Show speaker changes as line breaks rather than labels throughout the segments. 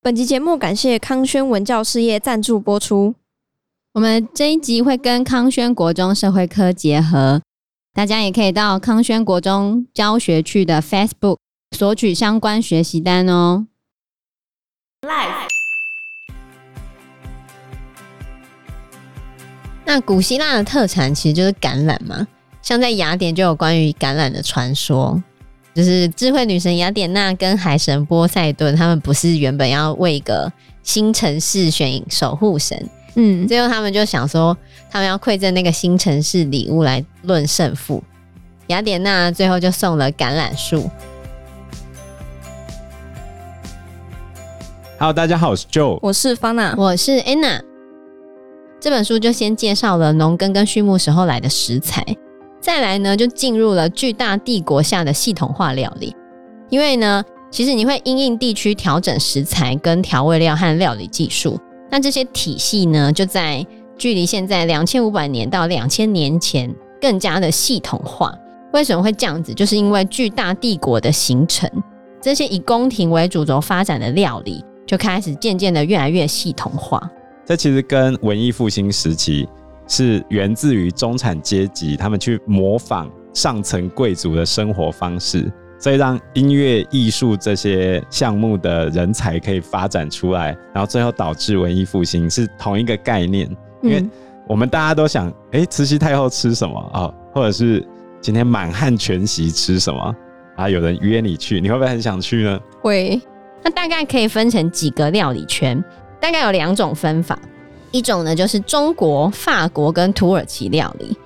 本集节目感谢康轩文教事业赞助播出。
我们这一集会跟康轩国中社会科结合，大家也可以到康轩国中教学区的 Facebook 索取相关学习单哦。
那古希腊的特产其实就是橄榄嘛，像在雅典就有关于橄榄的传说，就是智慧女神雅典娜跟海神波塞顿，他们不是原本要为一个新城市选守护神，
嗯，
最后他们就想说，他们要馈赠那个新城市礼物来论胜负。雅典娜最后就送了橄榄树，
Hello，大家好，我是 Joe。
我是方娜，
我是 Anna。这本书就先介绍了农耕跟畜牧时候来的食材，再来呢就进入了巨大帝国下的系统化料理，因为呢，其实你会因应地区调整食材跟调味料和料理技术，那这些体系呢就在距离现在两千五百年到两千年前更加的系统化。为什么会这样子？就是因为巨大帝国的形成，这些以宫廷为主轴发展的料理，就开始渐渐的越来越系统化。
这其实跟文艺复兴时期是源自于中产阶级，他们去模仿上层贵族的生活方式，所以让音乐、艺术这些项目的人才可以发展出来，然后最后导致文艺复兴是同一个概念。因为
嗯，
我们大家都想，哎，慈禧太后吃什么哦？或者是今天满汉全席吃什么？啊，有人约你去，你会不会很想去呢？
会，
那大概可以分成几个料理圈，大概有两种分法，一种呢就是中国、法国跟土耳其料理，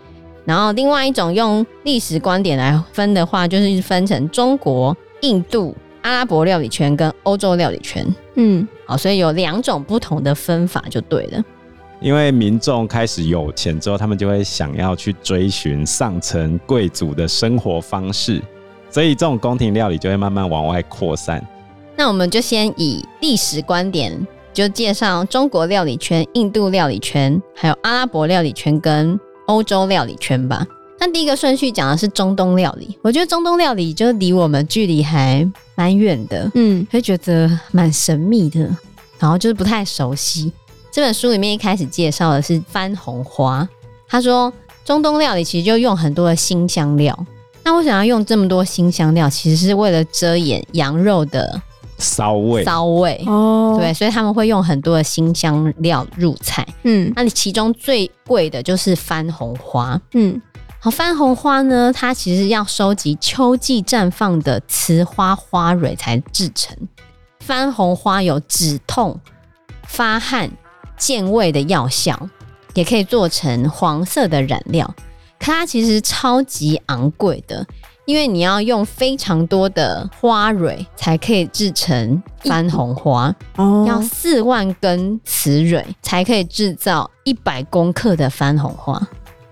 然后另外一种用历史观点来分的话，就是分成中国、印度、阿拉伯料理圈跟欧洲料理圈。
嗯，
好，所以有两种不同的分法就对了。
因为民众开始有钱之后，他们就会想要去追寻上层贵族的生活方式，所以这种宫廷料理就会慢慢往外扩散。
那我们就先以历史观点，就介绍中国料理圈、印度料理圈，还有阿拉伯料理圈跟欧洲料理圈吧。那第一个顺序讲的是中东料理，我觉得中东料理就离我们距离还蛮远的，
嗯，
会觉得蛮神秘的，然后就是不太熟悉。这本书里面一开始介绍的是番红花，他说中东料理其实就用很多的新香料。那为什么要用这么多新香料？其实是为了遮掩羊肉的
骚味，
骚味。
哦
对，，所以他们会用很多的新香料入菜。
嗯
那其中最贵的就是番红花。
嗯，
好，番红花呢，它其实要收集秋季绽放的雌花花蕊才制成。番红花有止痛、发汗、健胃的药效，也可以做成黄色的染料。可它其实超级昂贵的，因为你要用非常多的花蕊才可以制成番红花。
哦
要四万根雌蕊才可以制造一百公克的番红花，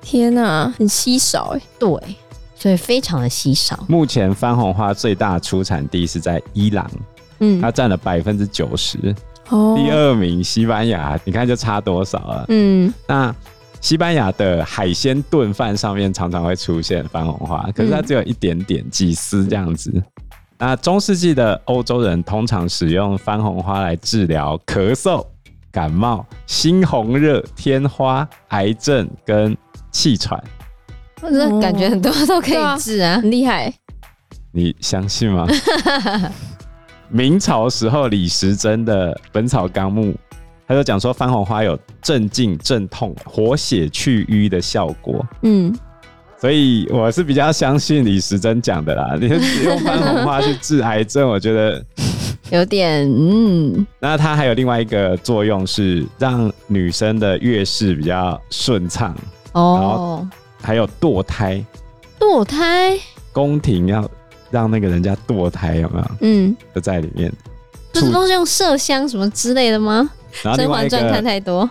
天哪、很稀少哎，
对，所以非常的稀少。
目前番红花最大的出产地是在伊朗，
嗯，
它占了百分之九十，
哦
第，二名西班牙，你看就差多少了。
嗯
那西班牙的海鲜炖饭上面常常会出现番红花，可是它只有一点点几丝这样子。那中世纪的欧洲人通常使用番红花来治疗咳嗽、感冒、猩红热、天花、癌症跟气喘，
我真的感觉很多都可
哦对啊
以治啊，
很厉害，
你相信吗？明朝时候，李时珍的《本草纲目》，他就讲说番红花有镇静、镇痛、活血祛瘀的效果。
嗯
所以我是比较相信李时珍讲的啦。你 是用番红花去治癌症，我觉得。
有点嗯，
那它还有另外一个作用是让女生的月事比较顺畅，
哦，
还有堕胎。
堕胎
宫廷要让那个人家堕胎，有没有？
嗯，
就在里面。
不是都是用麝香什么之类的吗？
然
《甄
后啊另外
嬛
一
传》看
个，
太多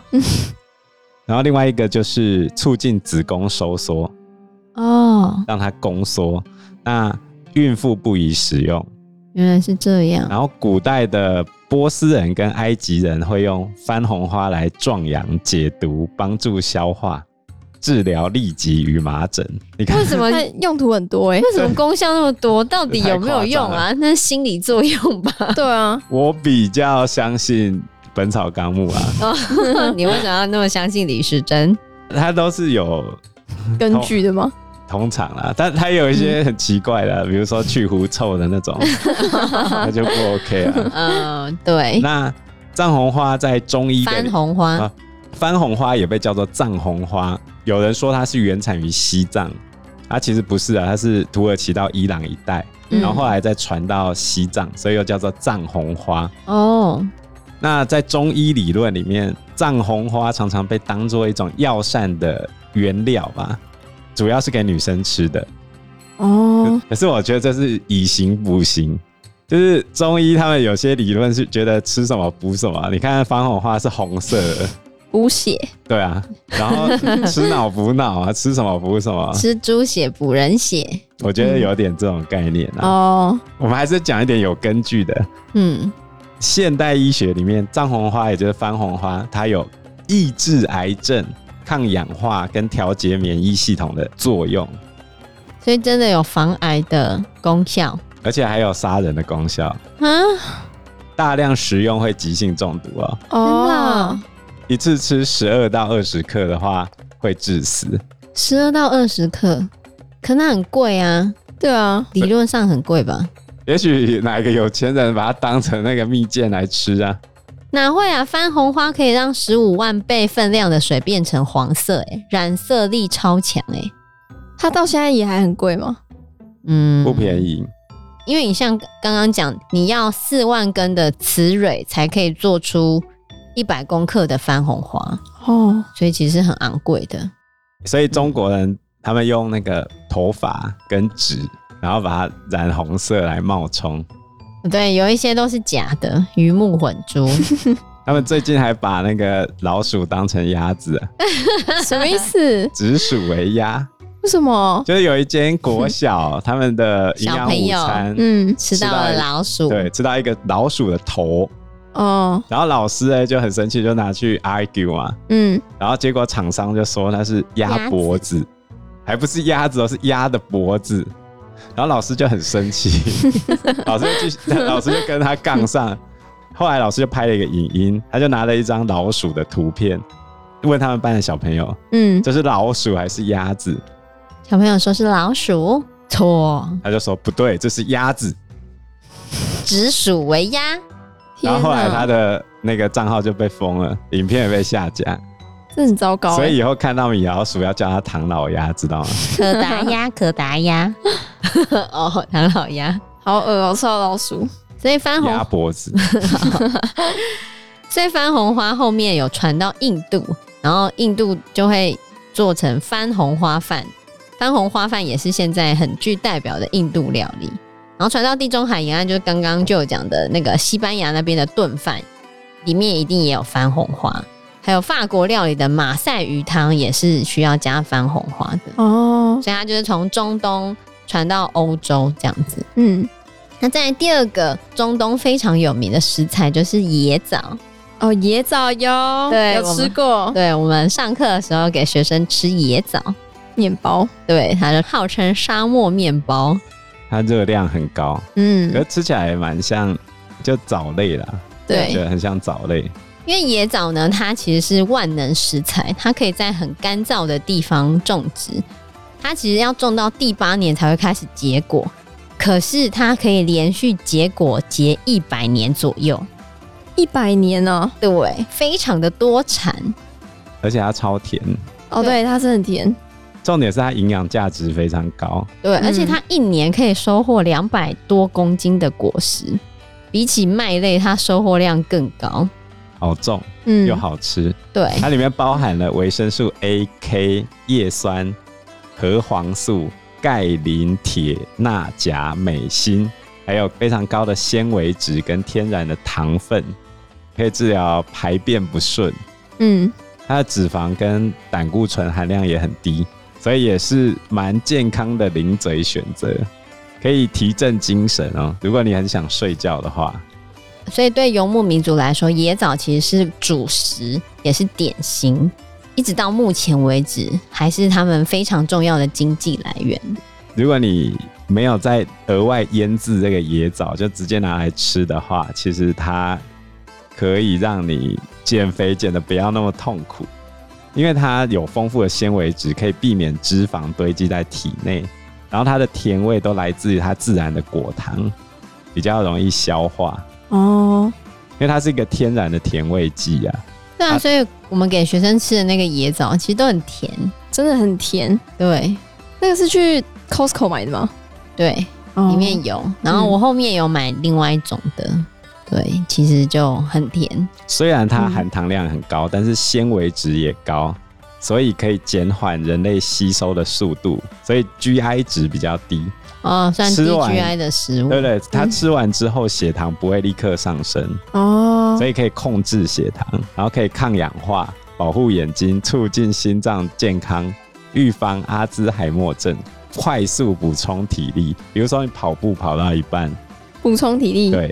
然后另外一个就是促进子宫收缩，
哦，
让它宫缩。那孕妇不宜使用。
原来是这样。
然后古代的波斯人跟埃及人会用番红花来壮阳解毒，帮助消化。治疗痢疾与麻疹。你看
为，什么用途很多哎、
为什么功效那么多？到底有没有用啊？那是心理作用 吧？
对啊，
我比较相信《本草纲目》啊，
你为什么要那么相信李时珍？
它都是有嗯
根据的吗？
通常啦，但它有一些很奇怪的，比如说去狐臭的那种， 那就不 OK 啊。
嗯，对，
那藏红花在中医
番
的
红花
啊番红花也被叫做藏红花，有人说它是原产于西藏，啊，其实不是啊，它是土耳其到伊朗一带，
嗯
然后后来再传到西藏，所以又叫做藏红花。
哦，
那在中医理论里面，藏红花常常被当做一种药膳的原料吧，主要是给女生吃的。
哦，
可是我觉得这是以形补形，就是中医他们有些理论是觉得吃什么补什么。你看番红花是红色的，
补血
对啊，然后吃脑补脑啊， 吃什么补什么，
吃猪血补人血，
我觉得有点这种概念啊。
哦，
我们还是讲一点有根据的。
嗯，
现代医学里面，藏红花也就是番红花，它有抑制癌症、抗氧化跟调节免疫系统的作用，
所以真的有防癌的功效
而且还有杀人的功效。
啊！
大量食用会急性中毒哦。
哦，
一次吃十二到二十克的话，会致死。
十二到二十克，可那很贵啊，
对啊，
理论上很贵吧？
也许哪个有钱人把它当成那个蜜饯来吃啊？
哪会啊？番红花可以让十五万倍分量的水变成黄色、欸，染色力超强、欸，
它到现在也还很贵吗？
嗯，
不便宜。
因为你像刚刚讲，你要四万根的雌蕊才可以做出一百公克的番红花，
哦，
所以其实很昂贵的。
所以中国人他们用那个头发跟纸，然后把它染红色来冒充。
对，有一些都是假的，鱼目混珠。
他们最近还把那个老鼠当成鸭子 啊，
什么意思？
紫薯为鸭。
为什么？
就是有一间国小，他们的营养午
小朋
餐，
嗯，
吃到了老鼠，
对，吃到一个老鼠的头，
哦，
然后老师呢就很生气，就拿去 argue 嘛，
嗯，
然后结果厂商就说那是鸭脖子，还不是鸭子哦，是鸭的脖子。然后老师就很生气，老师就去，老师就跟他杠上。后来老师就拍了一个影音，他就拿了一张老鼠的图片，问他们班的小朋友，
嗯，
这是老鼠还是鸭子？
小朋友说是老鼠，错，
他就说不对，这是鸭子。
指鼠为鸭。
然后后来
天哪
他的那个账号就被封了，影片也被下架，
这很糟糕欸，
所以以后看到米老鼠要叫他唐老鸭，知道吗？
可达鸭，可达鸭， 哦，唐老鸭。
好恶哦，吃到老鼠，
所以番
鸭
红，
脖子。
所以番红花后面有传到印度，然后印度就会做成番红花饭。番红花饭也是现在很具代表的印度料理。然后传到地中海沿岸，就是刚刚就有讲的那个西班牙那边的炖饭，里面一定也有番红花。还有法国料理的马赛鱼汤也是需要加番红花的。
哦，
所以它就是从中东传到欧洲这样子。
嗯，
那再来第二个中东非常有名的食材就是椰枣，
哦，野枣哟，
对
有
我
吃
们
过
对我们上课的时候给学生吃椰枣，
面包，
对，它就号称沙漠面包，
它热量很高，
嗯
可，是吃起来也蛮像就藻类啦，
对
对，很像藻类。
因为椰枣呢，它其实是万能食材，它可以在很干燥的地方种植。它其实要种到第八年才会开始结果，可是它可以连续结果结一百年左右，
一百年哦，
对，非常的多产。
而且它超甜，
哦，
对
对，它是很甜，
重点是它营养价值非常高。
对，而且
嗯
它一年可以收获两百多公斤的果实，比起麦类，它收获量更高。
好重
嗯
又，好吃，
对，
它里面包含了维生素 A、K、叶酸、核黄素、钙、磷、铁、钠、钾、镁、锌，还有非常高的纤维质跟天然的糖分，可以治疗排便不顺。
嗯，
它的脂肪跟胆固醇含量也很低，所以也是蛮健康的零嘴选择，可以提振精神哦。如果你很想睡觉的话，
所以对游牧民族来说，野枣其实是主食，也是点心。一直到目前为止，还是他们非常重要的经济来源。
啊如果你没有再额外腌制这个椰枣，就直接拿来吃的话，其实它可以让你减肥减的不要那么痛苦，因为它有丰富的纤维质，可以避免脂肪堆积在体内，然后它的甜味都来自于它自然的果糖，比较容易消化，
哦，
因为它是一个天然的甜味剂啊。
对啊，
啊
所以我们给学生吃的那个椰枣其实都很甜。
真的很甜。
对
那个是去 Costco 买的吗？
对，
哦
嗯
里面有，然后我后面有买另外一种的。对，其实就很甜。
虽然它含糖量很高，但是纤维值也高，所以可以减缓人类吸收的速度，所以 GI 值比较低，
哦，算
吃完
DGI 的食 物
对不，对？它吃完之后血糖不会立刻上升，
哦
所以可以控制血糖，然后可以抗氧化，保护眼睛，促进心脏健康，预防阿兹海默症。快速补充体力，比如说你跑步跑到一半，
补充体力。
对，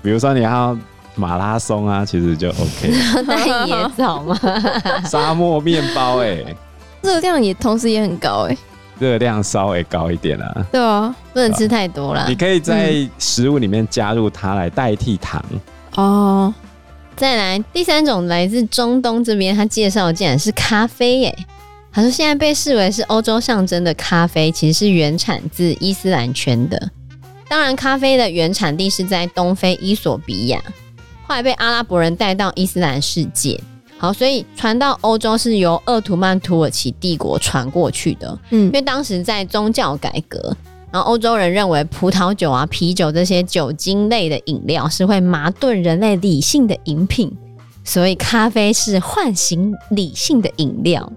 比如说你要马拉松啊，其实就 OK 了。
那椰枣吗？
沙漠面包、哎，
热量也同时也很高哎、
热量稍微高一点啊。
对啊，
不能吃太多啦
你。可以在食物里面加入它来代替糖，
哦，
再来第三种来自中东这边，他介绍的竟然是咖啡耶、他说现在被视为是欧洲象征的咖啡，其实是原产自伊斯兰圈的。当然，咖啡的原产地是在东非伊索比亚，后来被阿拉伯人带到伊斯兰世界。好，所以传到欧洲是由鄂图曼土耳其帝国传过去的。
嗯
因为当时在宗教改革，然后欧洲人认为葡萄酒啊、啤酒这些酒精类的饮料是会麻钝人类理性的饮品，所以咖啡是唤醒理性的饮料。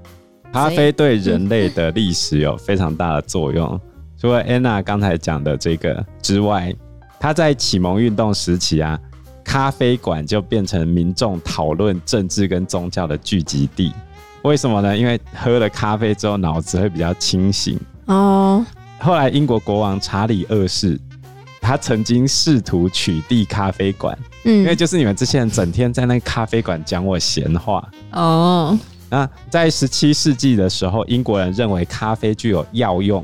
咖啡对人类的历史有非常大的作用。除了 Anna 刚才讲的这个之外，她在启蒙运动时期啊，咖啡馆就变成民众讨论政治跟宗教的聚集地。为什么呢？因为喝了咖啡之后脑子会比较清醒。
哦，
后来英国国王查理二世，他曾经试图取缔咖啡馆。 因为
嗯，
就是你们这些人整天在那咖啡馆讲我闲话。
哦，
那在十七世纪的时候，英国人认为咖啡具有药用，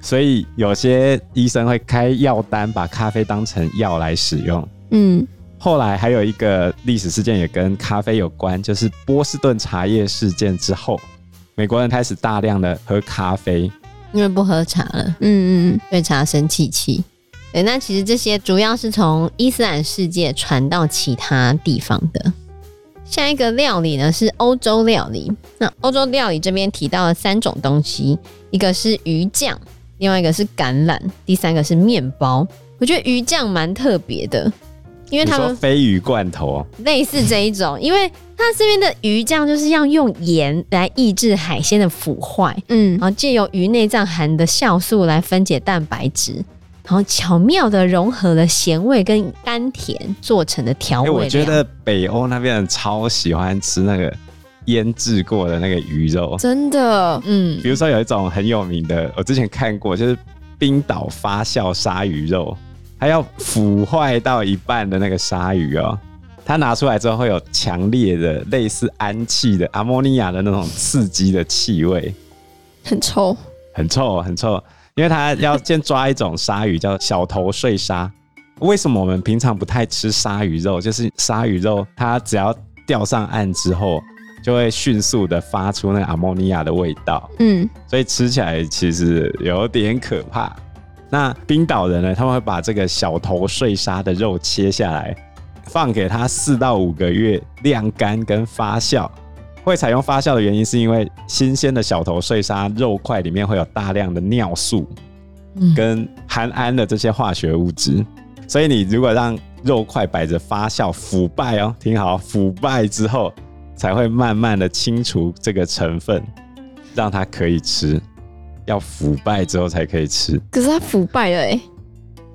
所以有些医生会开药单，把咖啡当成药来使用。
嗯，
后来还有一个历史事件也跟咖啡有关，就是波士顿茶叶事件之后，美国人开始大量的喝咖啡。
因为不喝茶了，
嗯嗯
对茶生气气。对，那其实这些主要是从伊斯兰世界传到其他地方的。下一个料理呢是欧洲料理。那欧洲料理这边提到了三种东西，一个是鱼酱，另外一个是橄榄，第三个是面包。我觉得鱼酱蛮特别的，因为
你
他
说
们
鲱鱼罐头，
类似这一种，因为它这边的鱼酱就是要用盐来抑制海鲜的腐坏，
嗯
然后借由鱼内脏含的酵素来分解蛋白质，然后巧妙的融合了咸味跟甘甜做成的调
哎、
味料。
我觉得北欧那边人超喜欢吃那个腌制过的那个鱼肉，
真的，
嗯
比，如说有一种很有名的，我之前看过，就是冰岛发酵鲨鱼肉，它要腐坏到一半的那个鲨鱼哦，它拿出来之后会有强烈的类似氨气的阿莫尼亚的那种刺激的气味，
很臭，
很臭很臭，因为它要先抓一种鲨鱼叫小头碎鲨。为什么我们平常不太吃鲨鱼肉？就是鲨鱼肉它只要钓上岸之后，就会迅速的发出那个阿莫尼亚的味道。
嗯
所以吃起来其实有点可怕。那冰岛人呢，他们会把这个小头碎鲨的肉切下来，放给它四到五个月晾干跟发酵。会采用发酵的原因是因为新鲜的小头碎鲨肉块里面会有大量的尿素
嗯
跟含氨的这些化学物质，所以你如果让肉块摆着发酵腐败哦，听好，腐败之后才会慢慢的清除这个成分，让它可以吃。要腐败之后才可以吃。
可是它腐败了哎、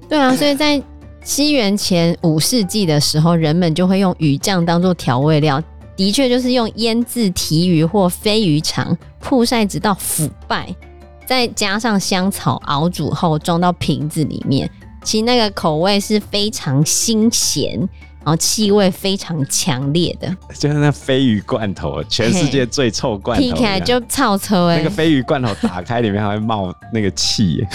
对啊，所以在西元前五世纪的时候，人们就会用鱼酱当做调味料，的确就是用腌制提鱼或飞鱼肠，曝晒直到腐败，再加上香草熬煮后装到瓶子里面。其实那个口味是非常新鲜，然后气味非常强烈的，
就是那鲱鱼罐头，全世界最臭罐头一
听
样，
起来就超臭哎、
那个鲱鱼罐头打开，里面还会冒那个气耶，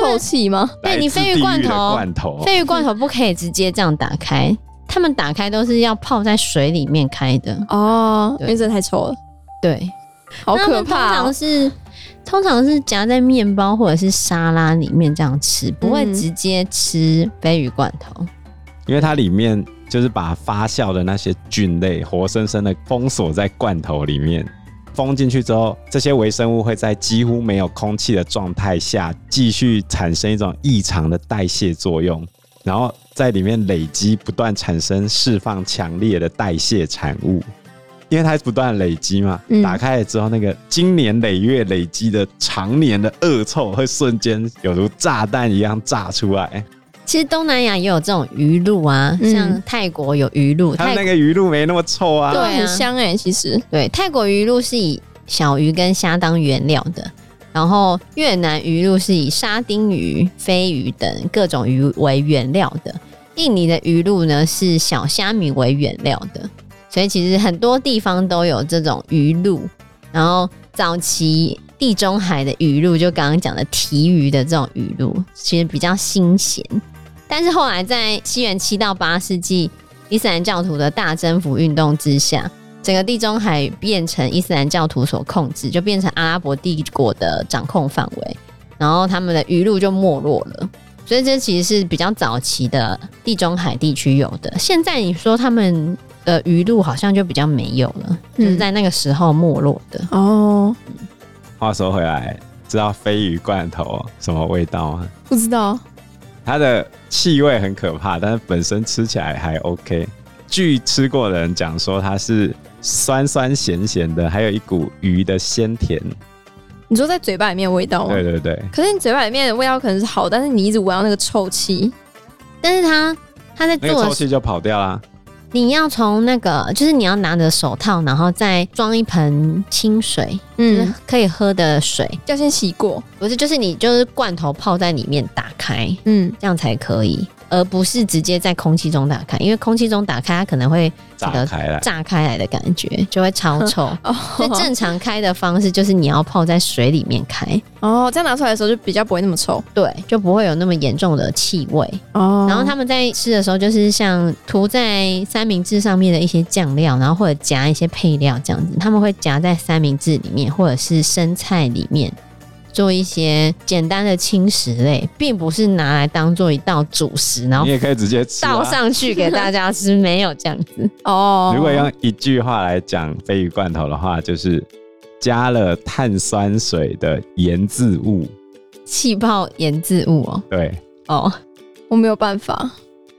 臭气吗？
对你
来自
鲱鱼
地狱
罐
的
头
罐头
鲱鱼罐头不可以直接这样打开，他们打开都是要泡在水里面开的。
哦，因
对
为这太臭了，
对，
好
那他
可
们通
怕哦、
常是通常是夹在面包或者是沙拉里面这样吃，不会
嗯
直接吃鲱鱼罐头。
因为它里面就是把发酵的那些菌类活生生的封锁在罐头里面，封进去之后，这些微生物会在几乎没有空气的状态下继续产生一种异常的代谢作用，然后在里面累积，不断产生释放强烈的代谢产物。因为它不断累积嘛，
嗯
打开了之后，那个经年累月累积的常年的恶臭会瞬间有如炸弹一样炸出来。
其实东南亚也有这种鱼露啊，
嗯
像泰国有鱼露，
它
泰
那个鱼露没那么臭啊，
对啊
很香哎、其实
对泰国鱼露是以小鱼跟虾当原料的，然后越南鱼露是以沙丁鱼、飞鱼等各种鱼为原料的，印尼的鱼露呢是小虾米为原料的，所以其实很多地方都有这种鱼露，然后早期。地中海的鱼露，就刚刚讲的提鱼的这种鱼露，其实比较新鲜。但是后来在西元七到八世纪伊斯兰教徒的大征服运动之下，整个地中海变成伊斯兰教徒所控制，就变成阿拉伯帝国的掌控范围，然后他们的鱼路就没落了。所以这其实是比较早期的地中海地区有的，现在你说他们的鱼路好像就比较没有了，
嗯
就是在那个时候没落的。
哦，
话说回来，知道鲱鱼罐头什么味道吗？
不知道
它的气味很可怕，但是本身吃起来还 OK。据吃过的人讲说，它是酸酸咸咸的，还有一股鱼的鲜甜。
你说在嘴巴里面的味
哦
道吗
对？对对，
可是你嘴巴里面的味道可能是好，但是你一直闻到那个臭气，
但是他他在
那个
做的
臭气就跑掉啦。
你要从那个，就是你要拿着手套，然后再装一盆清水，就是
嗯，
可以喝的水，
要先洗过，
不是，就是你就是罐头泡在里面打开，
嗯，
这样才可以，而不是直接在空气中打开，因为空气中打开它可能会这
炸
个
开来，
炸开来的感觉，就会超臭。
哦，
所以正常开的方式就是你要泡在水里面开，
哦，这样拿出来的时候就比较不会那么臭
对，就不会有那么严重的气味。
哦
嗯
然后他们在吃的时候，就是像涂在三明治上面的一些酱料，然后或者夹一些配料这样子，他们会夹在三明治里面或者是生菜里面。做一些简单的轻食类，并不是拿来当做一道主食，然后
你也可以直接吃、
倒
啊。
上去给大家吃，没有这样子。
哦，
如果用一句话来讲鲱鱼罐头的话，就是加了碳酸水的盐渍物。
气泡盐渍物哦，
对，
哦，
我没有办法，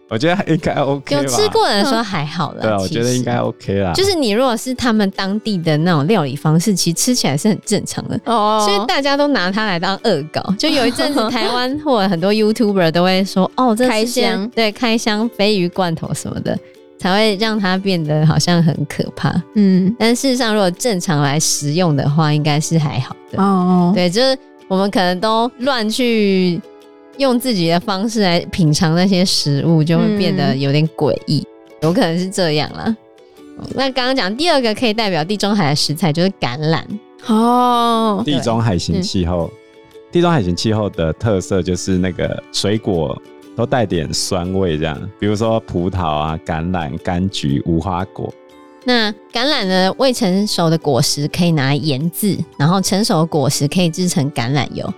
我觉得应该 OK 吧。
有吃过的时候还好啦。
对啊，我
其
觉得应该
实
OK 啦。
就是你如果是他们当地的那种料理方式，其实吃起来是很正常的。
哦，
所以大家都拿它来当恶搞，就有一阵 子台湾或者很多 YouTuber 都会说，哦，这
开
是件
箱
对开箱鲱鱼罐头什么的，才会让它变得好像很可怕。
嗯，
但事实上，如果正常来食用的话，应该是还好的。
哦，
对，就是我们可能都乱去用自己的方式来品尝那些食物，就会变得
嗯
有点诡异，有可能是这样啦。那刚刚讲第二个可以代表地中海的食材就是橄榄，
哦，
地中海型气候，地中海型气候的特色就是那个水果都带点酸味，这样，比如说葡萄啊、橄榄、柑橘、无花果。
那橄榄呢，未成熟的果实可以拿来腌制，然后成熟的果实可以制成橄榄油。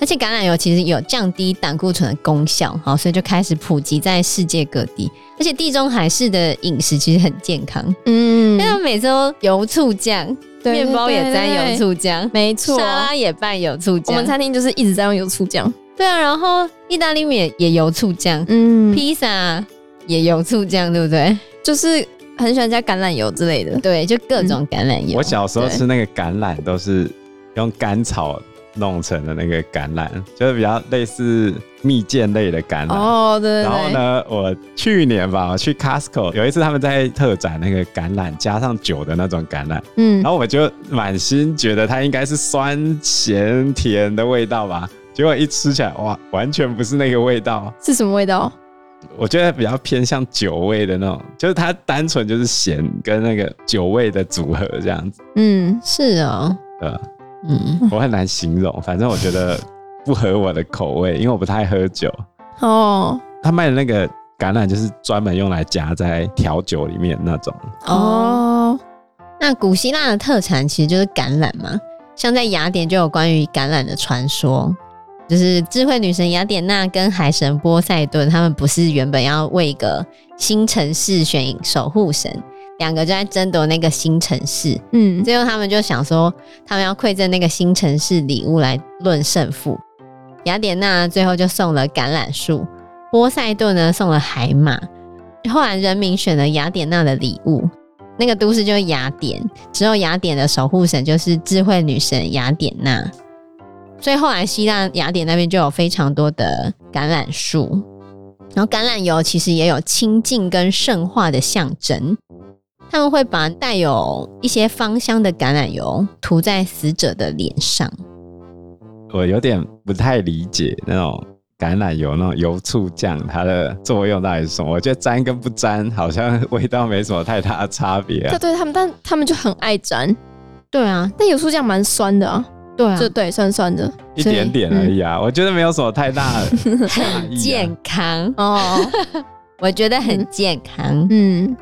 而且橄榄油其实有降低胆固醇的功效，好，所以就开始普及在世界各地。而且地中海式的饮食其实很健康，
嗯
因为他们每次都油醋酱，
对
面包也沾油，
对对对
醋酱，
没错
沙，拉也拌油醋
我
酱。
们餐厅就是一直在用油醋酱，
对啊，然后意大利面也油醋酱，
嗯，
披萨也油醋酱，对不 对？
就是很喜欢加橄榄油之类的，
对，就各种橄榄油。
我小时候
对
吃那个橄榄都是用甘草弄成的那个橄榄，就是比较类似蜜饯类的橄榄。
哦，对
然后
对对，
呢，我去年吧，我去 Costco 有一次他们在特展那个橄榄加上酒的那种橄榄，
嗯
然，后我就满心觉得它应该是酸咸甜的味道吧，结果一吃起来哇，完全不是那个味道，
是什么味道？
我觉得比较偏向酒味的那种，就是它单纯就是咸跟那个酒味的组合这样子。
嗯，
是哦，
呃，
嗯，
我很难形容，反正我觉得不合我的口味，因为我不太喝酒。
哦，
他卖的那个橄榄就是专门用来夹在调酒里面那种。
哦，
哦，
那古希腊的特产其实就是橄榄嘛，像在雅典就有关于橄榄的传说。就是智慧女神雅典娜跟海神波塞顿，他们不是原本要为一个新城市选守护神，两个就在争夺那个新城市。
嗯，
最后他们就想说，他们要馈赠那个新城市礼物来论胜负。雅典娜最后就送了橄榄树，波塞顿呢送了海马。后来人民选了雅典娜的礼物，那个都市就是雅典，之后雅典的守护神就是智慧女神雅典娜。所以后来希腊雅典那边就有非常多的橄榄树，然后橄榄油其实也有清净跟圣化的象征。他们会把带有一些芳香的橄榄油涂在死者的脸上。
我有点不太理解那种橄榄油那种油醋酱它的作用到底是什么。我觉得沾跟不沾好像味道没什么太大的差别啊
对。对，他们但他们就很爱沾，
对啊，
但有时候这样蛮酸的啊，
对啊
就对，酸酸的，
一点点而已啊，我觉得没有什么太大的差异、啊。
健康，
哦，
我觉得很健康，
嗯，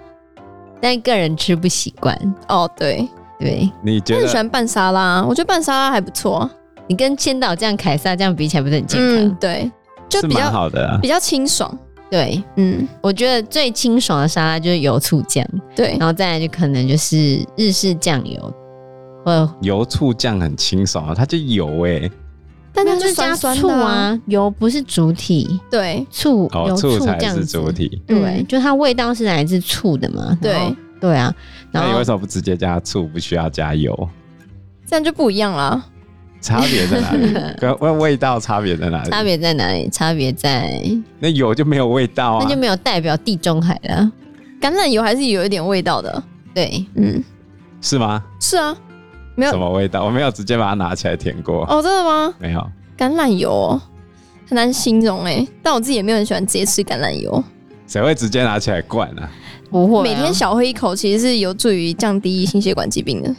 但个人吃不习惯。
哦，对，
对
你
我
觉
很喜
得
欢拌沙拉，啊我觉得拌沙拉还不错啊，
你跟千岛酱、凯撒酱比起来，不是很健康？
嗯，对，就是比
蛮
较
好的、啊？
比较清爽，
对，
嗯，
我觉得最清爽的沙拉就是油醋酱，
对
然，后再来就可能就是日式酱油，或
油醋酱很清爽啊，它就油哎、
但它
没有
就
加
酸酸
醋
的，
啊，油不是主体，
对，
醋、
哦，
油
醋
这
才
样
是
子
主体。
对，
嗯
就它味道是来自醋的嘛。
对
然后对啊，然
那你为
后
什么不直接加醋，不需要加油？
这样就不一样啦，
差别在哪里？跟味味道差别在哪里？
差别在哪里？差别在
那油就没有味道啊
那就。没有代表地中海了。
橄榄油还是有一点味道的，
对，
嗯，
是吗？
是啊，没
什
有，
么味道？我没有直接把它拿起来舔过，
哦，真的吗？
没有。
橄榄油哦、很难形容哎、但我自己也没有很喜欢直接吃橄榄油。
谁会直接拿起来灌啊？
不会啊、
每天小喝一口，其实是有助于降低心血管疾病的。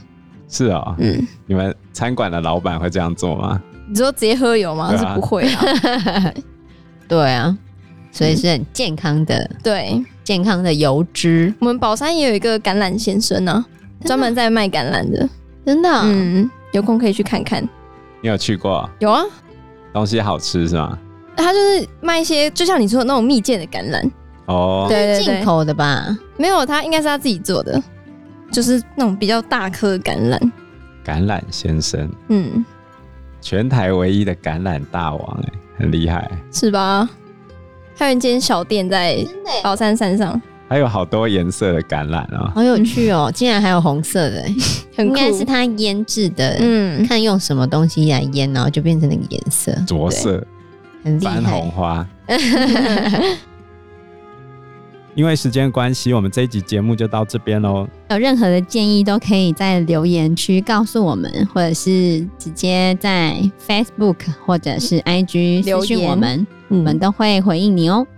是哦，
嗯，
你们餐馆的老板会这样做吗？
你说直接喝油吗？
对
是
啊
不会啊。
对啊，所以是很健康的，
对
健康的油脂，
我们宝山也有一个橄榄先生呢、啊，专门在卖橄榄的。
真的、嗯，
嗯，有空可以去看看。
你有去过？
有啊，
东西好吃是吗？
他就是卖一些，就像你说的那种蜜饯的橄榄。
哦，
对对
进
对，
口的吧？
没有，他应该是他自己做的，就是那种比较大颗的橄榄。
橄榄先生，
嗯，
全台唯一的橄榄大王、欸，很厉害。
是吧？还有一间小店在宝山山上，
还有好多颜色的橄榄啊、
好有趣哦，竟然还有红色的，
嗯很
应
酷。
该是它腌制的，
嗯，
看用什么东西来腌，然后就变成那个颜色，
着色
很厉
番
害。
红花。因为时间关系，我们这一集节目就到这边喽。
有任何的建议都可以在留言区告诉我们，或者是直接在 Facebook 或者是 IG
嗯留
私讯
言
我们，我
嗯
们都会回应你哦。
嗯